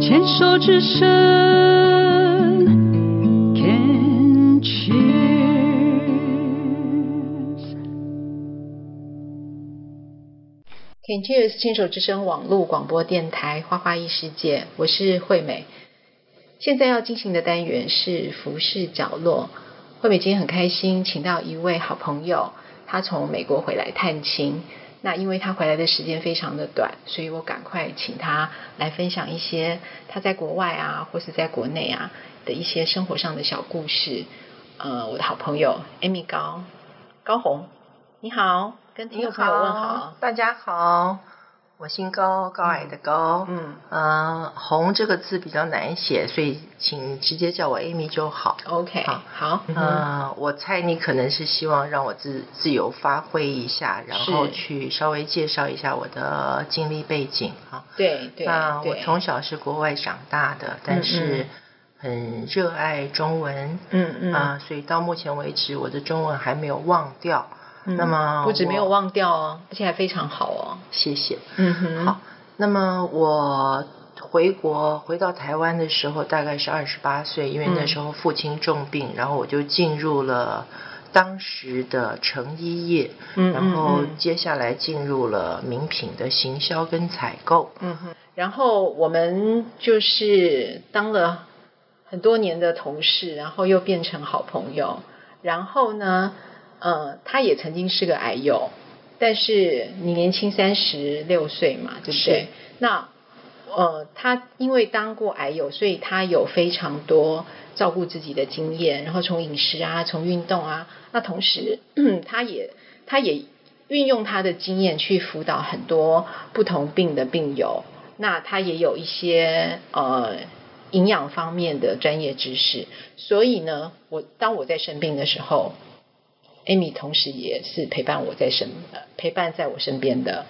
牵手之声，Can cheers。 Can Cheers 牵手之声网络广播电台《花花异世界》，我是惠美。现在要进行的单元是服饰角落。惠美今天很开心，请到一位好朋友，她从美国回来探亲。那因为她回来的时间非常的短，所以我赶快请她来分享一些她在国外啊，或是在国内啊的一些生活上的小故事。呃，我的好朋友 Amy 高高红，你好，跟听众朋友问好。大家好，我姓高，高矮的高。嗯呃，红这个字比较难写，所以请直接叫我 Amy 就好。 ，OK，好好，嗯呃，我猜你可能是希望让我自自由发挥一下，然后是去稍微介绍一下我的经历背景啊。对对那我对从小是国外长大的，嗯但是很热爱中文嗯嗯啊、所以到目前为止我的中文还没有忘掉。嗯那么不止没有我忘掉哦，而且还非常好哦。谢谢。嗯哼好，那么我回国回到台湾的时候，大概是二十八岁，因为那嗯时候父亲重病，然后我就进入了当时的成衣业，嗯然后嗯嗯接下来进入了名品的行销跟采购。嗯哼，然后我们就是当了很多年的同事，然后又变成好朋友。然后呢，呃，他也曾经是个癌友，但是你年轻三十六岁嘛，对不对是？那呃，他因为当过癌友，所以他有非常多照顾自己的经验，然后从饮食啊，从运动啊，那同时 他也他也运用他的经验去辅导很多不同病的病友，那他也有一些呃营养方面的专业知识，所以呢，我当我在生病的时候，Amy 同时也是陪伴我在身呃陪伴在我身边的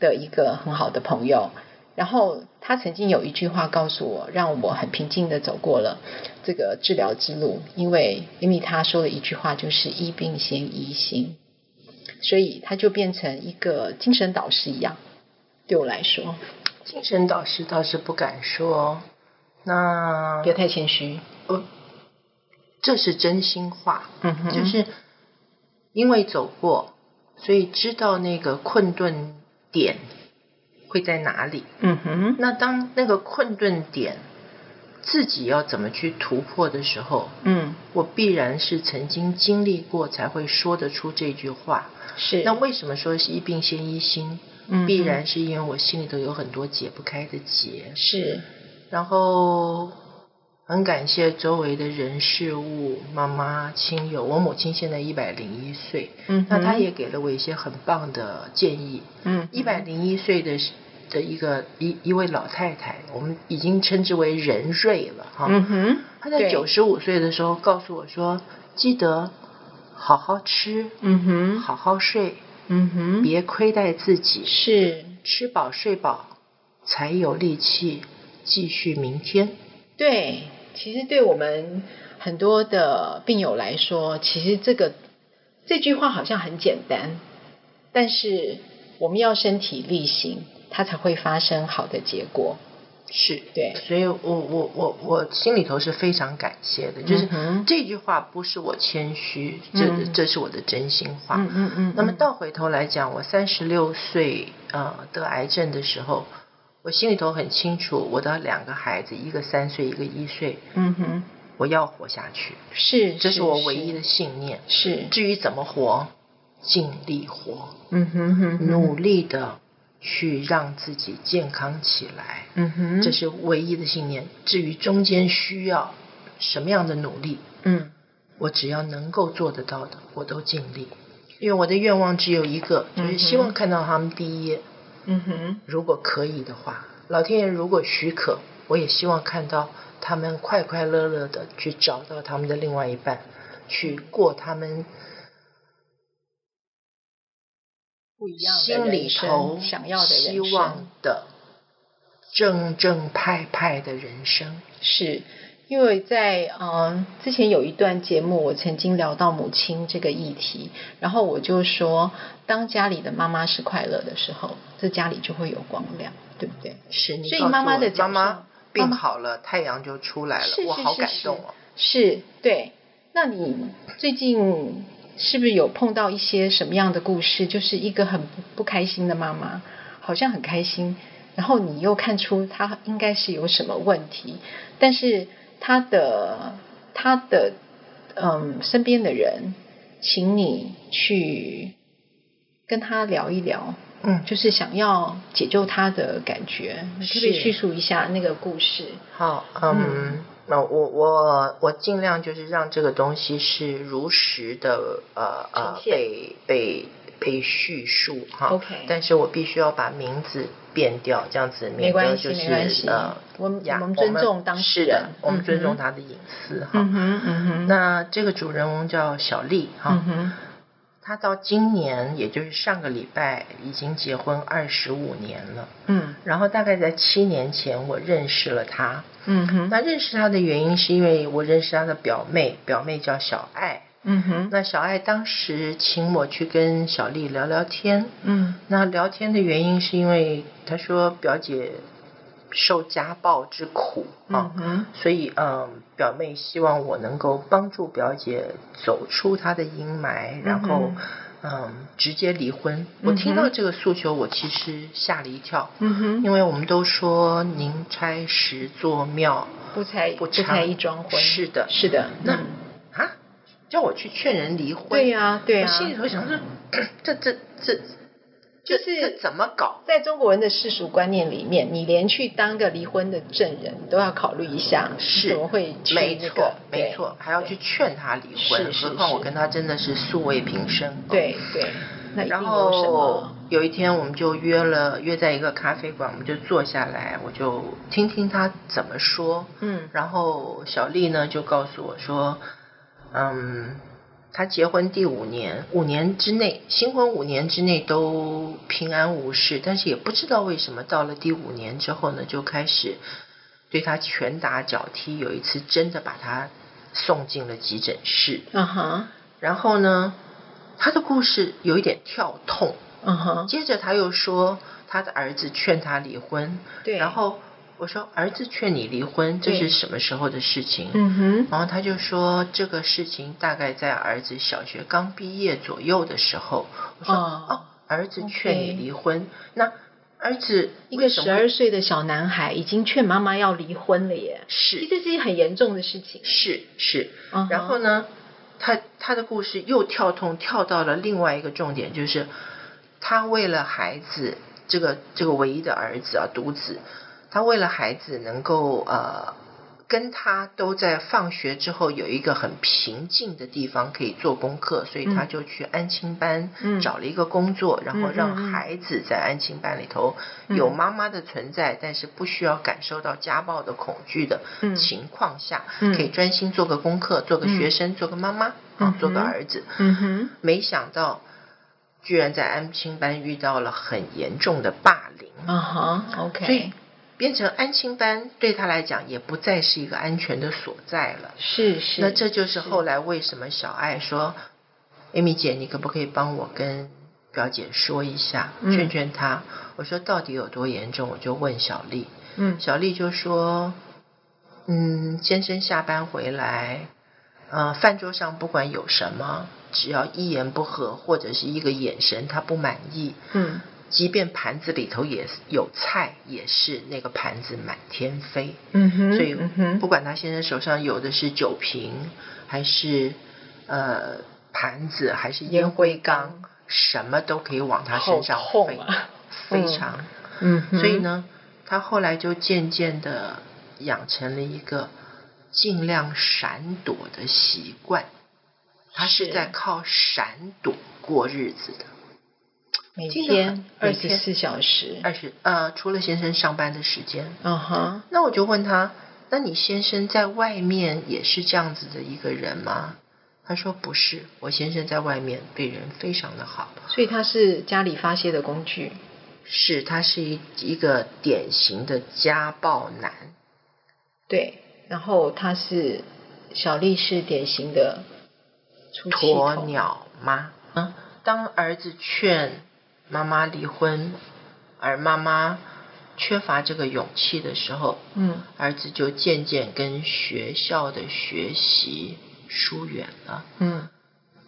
的一个很好的朋友。然后他曾经有一句话告诉我，让我很平静的走过了这个治疗之路，因为 Amy 她说了一句话，就是“医病先医心”，所以他就变成一个精神导师一样，对我来说，精神导师倒是不敢说，哦那别太谦虚。呃，这是真心话。嗯哼就是因为走过，所以知道那个困顿点会在哪里。嗯哼，那当那个困顿点自己要怎么去突破的时候，嗯，我必然是曾经经历过才会说得出这句话。是那为什么说是一病先一心？嗯哼必然是因为我心里头有很多解不开的结，是然后很感谢周围的人事物、妈妈、亲友。我母亲现在一百零一岁，嗯哼那她也给了我一些很棒的建议。嗯一百零一岁的的一个一一位老太太，我们已经称之为人瑞了哈。嗯哼，她在对九十五岁的时候告诉我说：“记得好好吃，嗯哼，好好睡，嗯哼，别亏待自己，是吃饱睡饱，才有力气继续明天。”对，其实对我们很多的病友来说，其实这个这句话好像很简单，但是我们要身体力行，它才会发生好的结果。是对所以我我我我心里头是非常感谢的，就是嗯哼这句话不是我谦虚，这嗯这是我的真心话。嗯嗯那么倒回头来讲，我三十六岁呃得癌症的时候，我心里头很清楚，我的两个孩子，一个三岁，一个一岁，嗯哼，我要活下去，是，这是我唯一的信念。是，至于怎么活，尽力活，嗯哼哼哼，努力的去让自己健康起来。嗯哼，这是唯一的信念。至于中间需要什么样的努力，嗯我只要能够做得到的，我都尽力。因为我的愿望只有一个，就嗯哼是希望看到他们第一页。嗯哼，如果可以的话，老天爷如果许可，我也希望看到他们快快乐乐的去找到他们的另外一半，去过他们不一样的心里人生头想要的人希生望的正正派派的人生。是因为在呃之前有一段节目，我曾经聊到母亲这个议题，然后我就说，当家里的妈妈是快乐的时候，这家里就会有光亮，对不对？是你所以告诉妈妈我的角妈色妈病好了，太阳就出来了是，我是好是感是动哦。是对。那你最近是不是有碰到一些什么样的故事？就是一个很不不开心的妈妈，好像很开心，然后你又看出她应该是有什么问题，但是她的她的嗯身边的人，请你去跟她聊一聊，嗯，就是想要解救她的感觉。你可不可以是叙述一下那个故事？好，嗯，那、我我我尽量就是让这个东西是如实的，呃呃呈，现被被被叙述哈。 OK 但是我必须要把名字变掉，这样子免得关系就是没关系呃，我们呀我们尊重当事是的人我们嗯尊重哼他的隐私哈。嗯哼，嗯哼，那这个主人翁叫小丽哈。嗯哼，她到今年，也就是上个礼拜，已经结婚二十五年了。嗯然后大概在七年前，我认识了她。嗯哼，那认识她的原因是因为我认识她的表妹，表妹叫小爱。嗯哼，那小爱当时请我去跟小丽聊聊天。嗯那聊天的原因是因为她说表姐受家暴之苦啊嗯，哼，所以嗯，表妹希望我能够帮助表姐走出她的阴霾，然后嗯嗯直接离婚。哼我听到这个诉求，我其实吓了一跳，嗯哼，因为我们都说宁拆十座庙不才不不差才一桩婚，是的是的，那嗯啊，叫我去劝人离婚，对呀、对呀、我心里头想说， 这这这，就这是这怎么搞？在中国人的世俗观念里面，你连去当个离婚的证人都要考虑一下，是怎么会去没那错个，没错，还要去，劝他离婚，是是何况是我跟他真的是素未平生。哦对对对，那一定然有什后么？有一天我们就约了，约在一个咖啡馆，我们就坐下来，我就听听他怎么说。嗯然后小丽呢就告诉我说，嗯，她结婚第五年，五年之内，新婚五年之内都平安无事，但是也不知道为什么到了第五年之后呢，就开始对她拳打脚踢，有一次真的把她送进了急诊室。嗯哼，然后呢，她的故事有一点跳痛。嗯哼，接着他又说他的儿子劝他离婚，对，然，后我说儿子劝你离婚，这对是什么时候的事情？嗯哼，然后他就说这个事情大概在儿子小学刚毕业左右的时候。我说哦哦儿子劝你 OK 离婚，那儿子一为个什十么二岁的小男孩已经劝妈妈要离婚了耶，其实是这是一件很严重的事情。是是？嗯哼然后呢，他他的故事又跳通跳到了另外一个重点，就是他为了孩子，这个这个唯一的儿子啊，独子，他为了孩子能够呃。跟他都在放学之后有一个很平静的地方可以做功课，所以他嗯就去安亲班、嗯找了一个工作，然后嗯嗯让嗯孩子在安亲班里头嗯有妈妈的存在，但是不需要感受到家暴的恐惧的嗯情况下，嗯可以专心做个功课，做个嗯学生，做个妈妈，嗯啊哼，做个儿子。嗯哼，没想到，居然在安亲班遇到了很严重的霸凌，啊哈，OK，嗯所以变成安亲班对他来讲也不再是一个安全的所在了。是是，那这就是后来为什么小爱说：“Amy 姐，你可不可以帮我跟表姐说一下，嗯劝劝她？”我说：“到底有多严重？”我就问小丽，嗯小丽就说：“嗯，先生下班回来，呃，饭桌上不管有什么，只要一言不合或者是一个眼神他不满意，嗯即便盘子里头也有菜，也是那个盘子满天飞。嗯哼，所以嗯哼，不管他先生手上有的是酒瓶，还是呃盘子，还是烟灰缸，什么都可以往他身上好飞，痛啊非常。嗯哼，所以，呢，他后来就渐渐的养成了一个尽量闪躲的习惯。他是是在靠闪躲过日子的，每这个天二每十天四小时，而是呃，除了先生上班的时间，啊哈，那我就问他：“那你先生在外面也是这样子的一个人吗？”他说：“不是，我先生在外面对人非常的好，所以它是家里发泄的工具。是他是一一个典型的家暴男。对，然后他是小丽是典型的出气鸵筒，鸟妈。嗯当儿子劝妈妈离婚，而妈妈缺乏这个勇气的时候，嗯儿子就渐渐跟学校的学习疏远了。嗯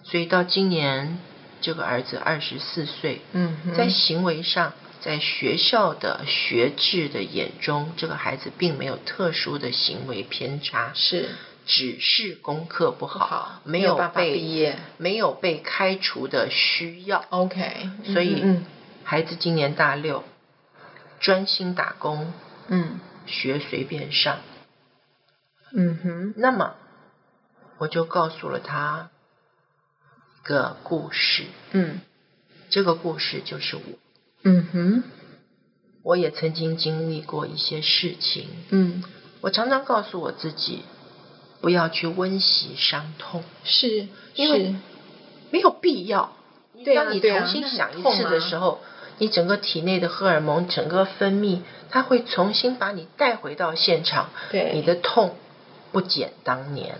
所以到今年，这个儿子二十四岁，嗯哼，在行为上，在学校的学制的眼中，这个孩子并没有特殊的行为偏差，是只是功课不不好，好，没有有办法被毕业。没有被开除的需要。 OK，所以嗯孩子今年大六，专心打工，嗯学随便上。嗯哼，那么，我就告诉了他一个故事，嗯这个故事就是我。嗯哼，我也曾经经历过一些事情，嗯我常常告诉我自己，不要去温习伤痛，是，因为是没有必要。对啊当你对啊重新那很想一痛次啊的时候，你整个体内的荷尔蒙整个分泌，它会重新把你带回到现场。对你的痛不减当年，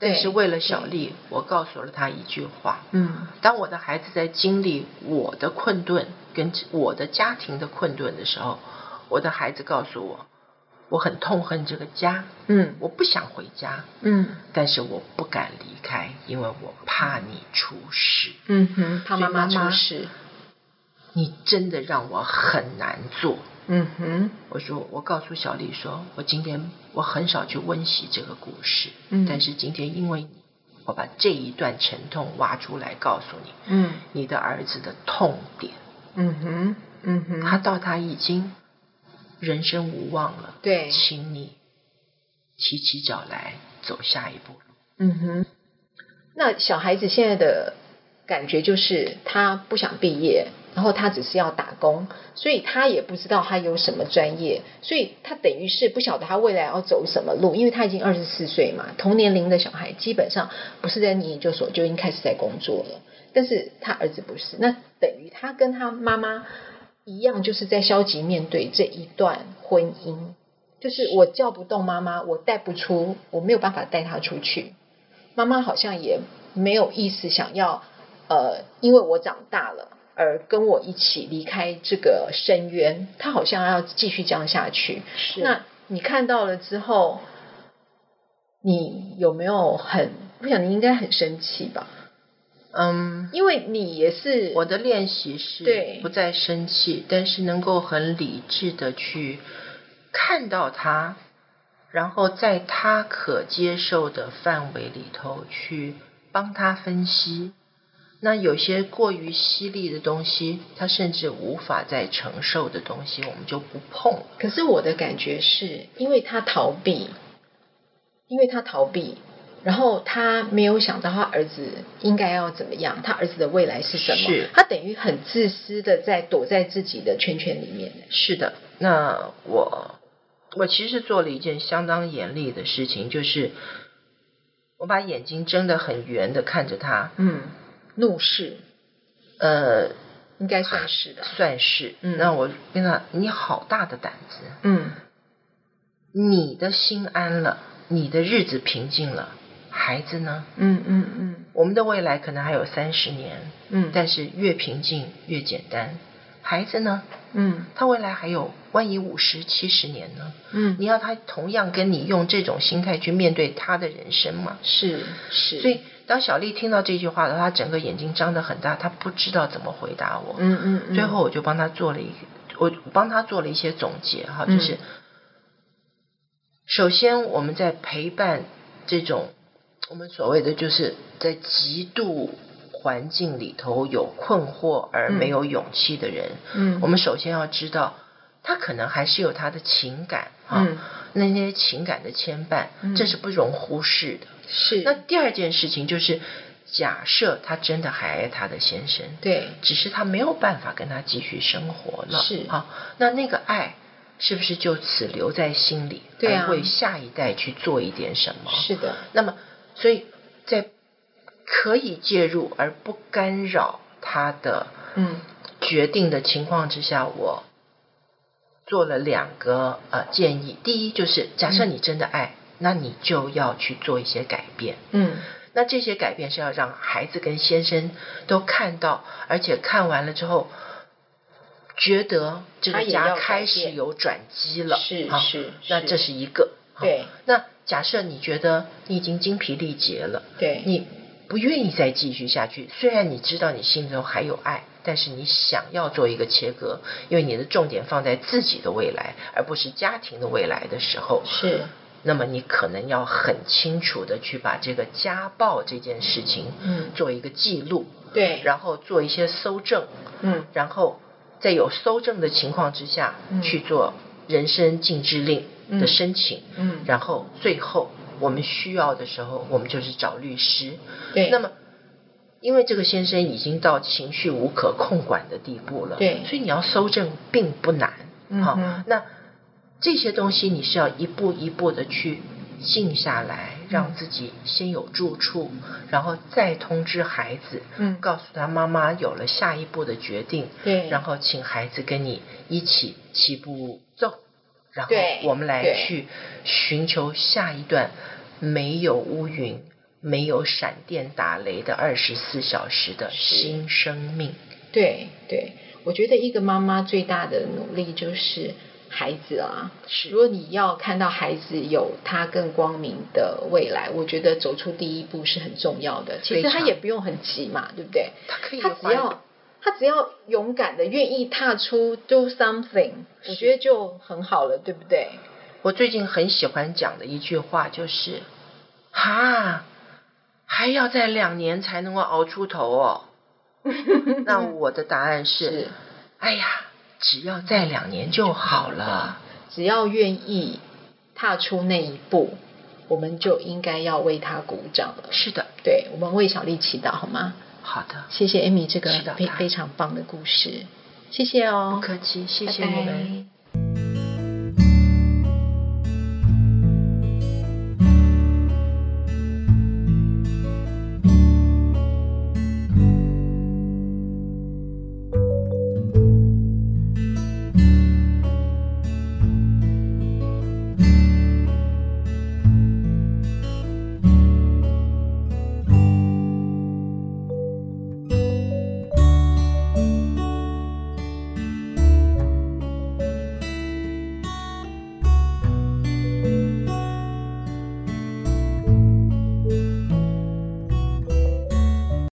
但对是为了小丽，我告诉了她一句话：嗯当我的孩子在经历我的困顿跟我的家庭的困顿的时候，我的孩子告诉我，我很痛恨这个家，嗯我不想回家，嗯但是我不敢离开，因为我怕你出事。嗯哼，怕所以妈妈妈妈出事。你真的让我很难做。嗯哼，我说，我告诉小丽说，我今天我很少去温习这个故事，嗯但是今天因为你，我把这一段沉痛挖出来告诉你，嗯你的儿子的痛点，嗯哼，嗯哼，他到他已经人生无望了，对请你提起脚来走下一步路。嗯哼，那小孩子现在的感觉就是他不想毕业，然后他只是要打工，所以他也不知道他有什么专业，所以他等于是不晓得他未来要走什么路，因为他已经二十四岁嘛，同年龄的小孩基本上不是在念研究所就已经开始在工作了，但是他儿子不是，那等于他跟他妈妈一样，就是在消极面对这一段婚姻。就是我叫不动妈妈，我带不出，我没有办法带她出去。妈妈好像也没有意思想要，呃，因为我长大了而跟我一起离开这个深渊，她好像要继续这样下去。是那你看到了之后，你有没有很？我想你应该很生气吧，嗯，因为你也是我的练习是对不再生气，但是能够很理智的去看到它，然后在他可接受的范围里头去帮他分析。那有些过于犀利的东西，他甚至无法再承受的东西，我们就不碰了。可是我的感觉是，因为他逃避，因为他逃避，然后他没有想到他儿子应该要怎么样，他儿子的未来是什么，是他等于很自私的在躲在自己的圈圈里面。是的，那我我其实做了一件相当严厉的事情，就是我把眼睛睁得很圆的看着他，嗯，怒视呃，应该算是的。算是。嗯那我跟他，你好大的胆子！嗯你的心安了，你的日子平静了，孩子呢？嗯嗯嗯我们的未来可能还有三十年，嗯，但是越平静越简单。孩子呢？嗯他未来还有，万一五十、七十年呢？嗯你要他同样跟你用这种心态去面对他的人生吗？是是，所以，当小丽听到这句话的时候，她整个眼睛张得很大，她不知道怎么回答我。嗯嗯嗯，最后我就帮他做了一个，我我帮他做了一些总结哈，嗯就是、首先我们在陪伴这种我们所谓的就是在极度环境里头有困惑而没有勇气的人，嗯我们首先要知道他可能还是有他的情感哈。嗯那些情感的牵绊，嗯这是不容忽视的。是那第二件事情就是，假设他真的还爱他的先生，对只是他没有办法跟他继续生活了。是啊，那那个爱是不是就此留在心里，对啊而为下一代去做一点什么？是的，那么，所以在可以介入而不干扰他的嗯决定的情况之下，我做了两个呃建议。第一就是，假设嗯你真的爱，那你就要去做一些改变。嗯那这些改变是要让孩子跟先生都看到，而且看完了之后，觉得这他个也家要改开始变有转机了，是啊是那是这是一个。啊对那假设你觉得你已经精疲力竭了，对，你不愿意再继续下去，虽然你知道你心中还有爱，但是你想要做一个切割，因为你的重点放在自己的未来，而不是家庭的未来的时候，是那么你可能要很清楚的去把这个家暴这件事情，嗯做一个记录，对，然后做一些搜证，嗯然后在有搜证的情况之下、嗯去做人身禁止令的申请，嗯，然后最后我们需要的时候，我们就是找律师。对，那么。因为这个先生已经到情绪无可控管的地步了，对所以你要搜证并不难，嗯好、哼那这些东西你是要一步一步的去静下来，让嗯自己先有住处，然后再通知孩子，嗯告诉他妈妈有了下一步的决定，对，然后后请孩子跟你一起齐步走，然后对我们来对去寻求下一段没有乌云、没有闪电打雷的二十四小时的是新生命。对对，我觉得一个妈妈最大的努力就是孩子啊。如是，果你要看到孩子有他更光明的未来，我觉得走出第一步是很重要的。其非实他常也不用很急嘛，对不对？他可以他只怀要他只要勇敢的愿意踏出 do something，我是觉得就很好了，对不对？我最近很喜欢讲的一句话就是：“哈，还要在两年才能够熬出头哦。” 那我的答案是：哎呀，只要再两年就好了。只要愿意踏出那一步，我们就应该要为他鼓掌了。是的，对，我们为小丽祈祷好吗？好的，谢谢 Amy 这个是的非答案非常棒的故事，谢谢哦，不客气，谢谢拜拜你们。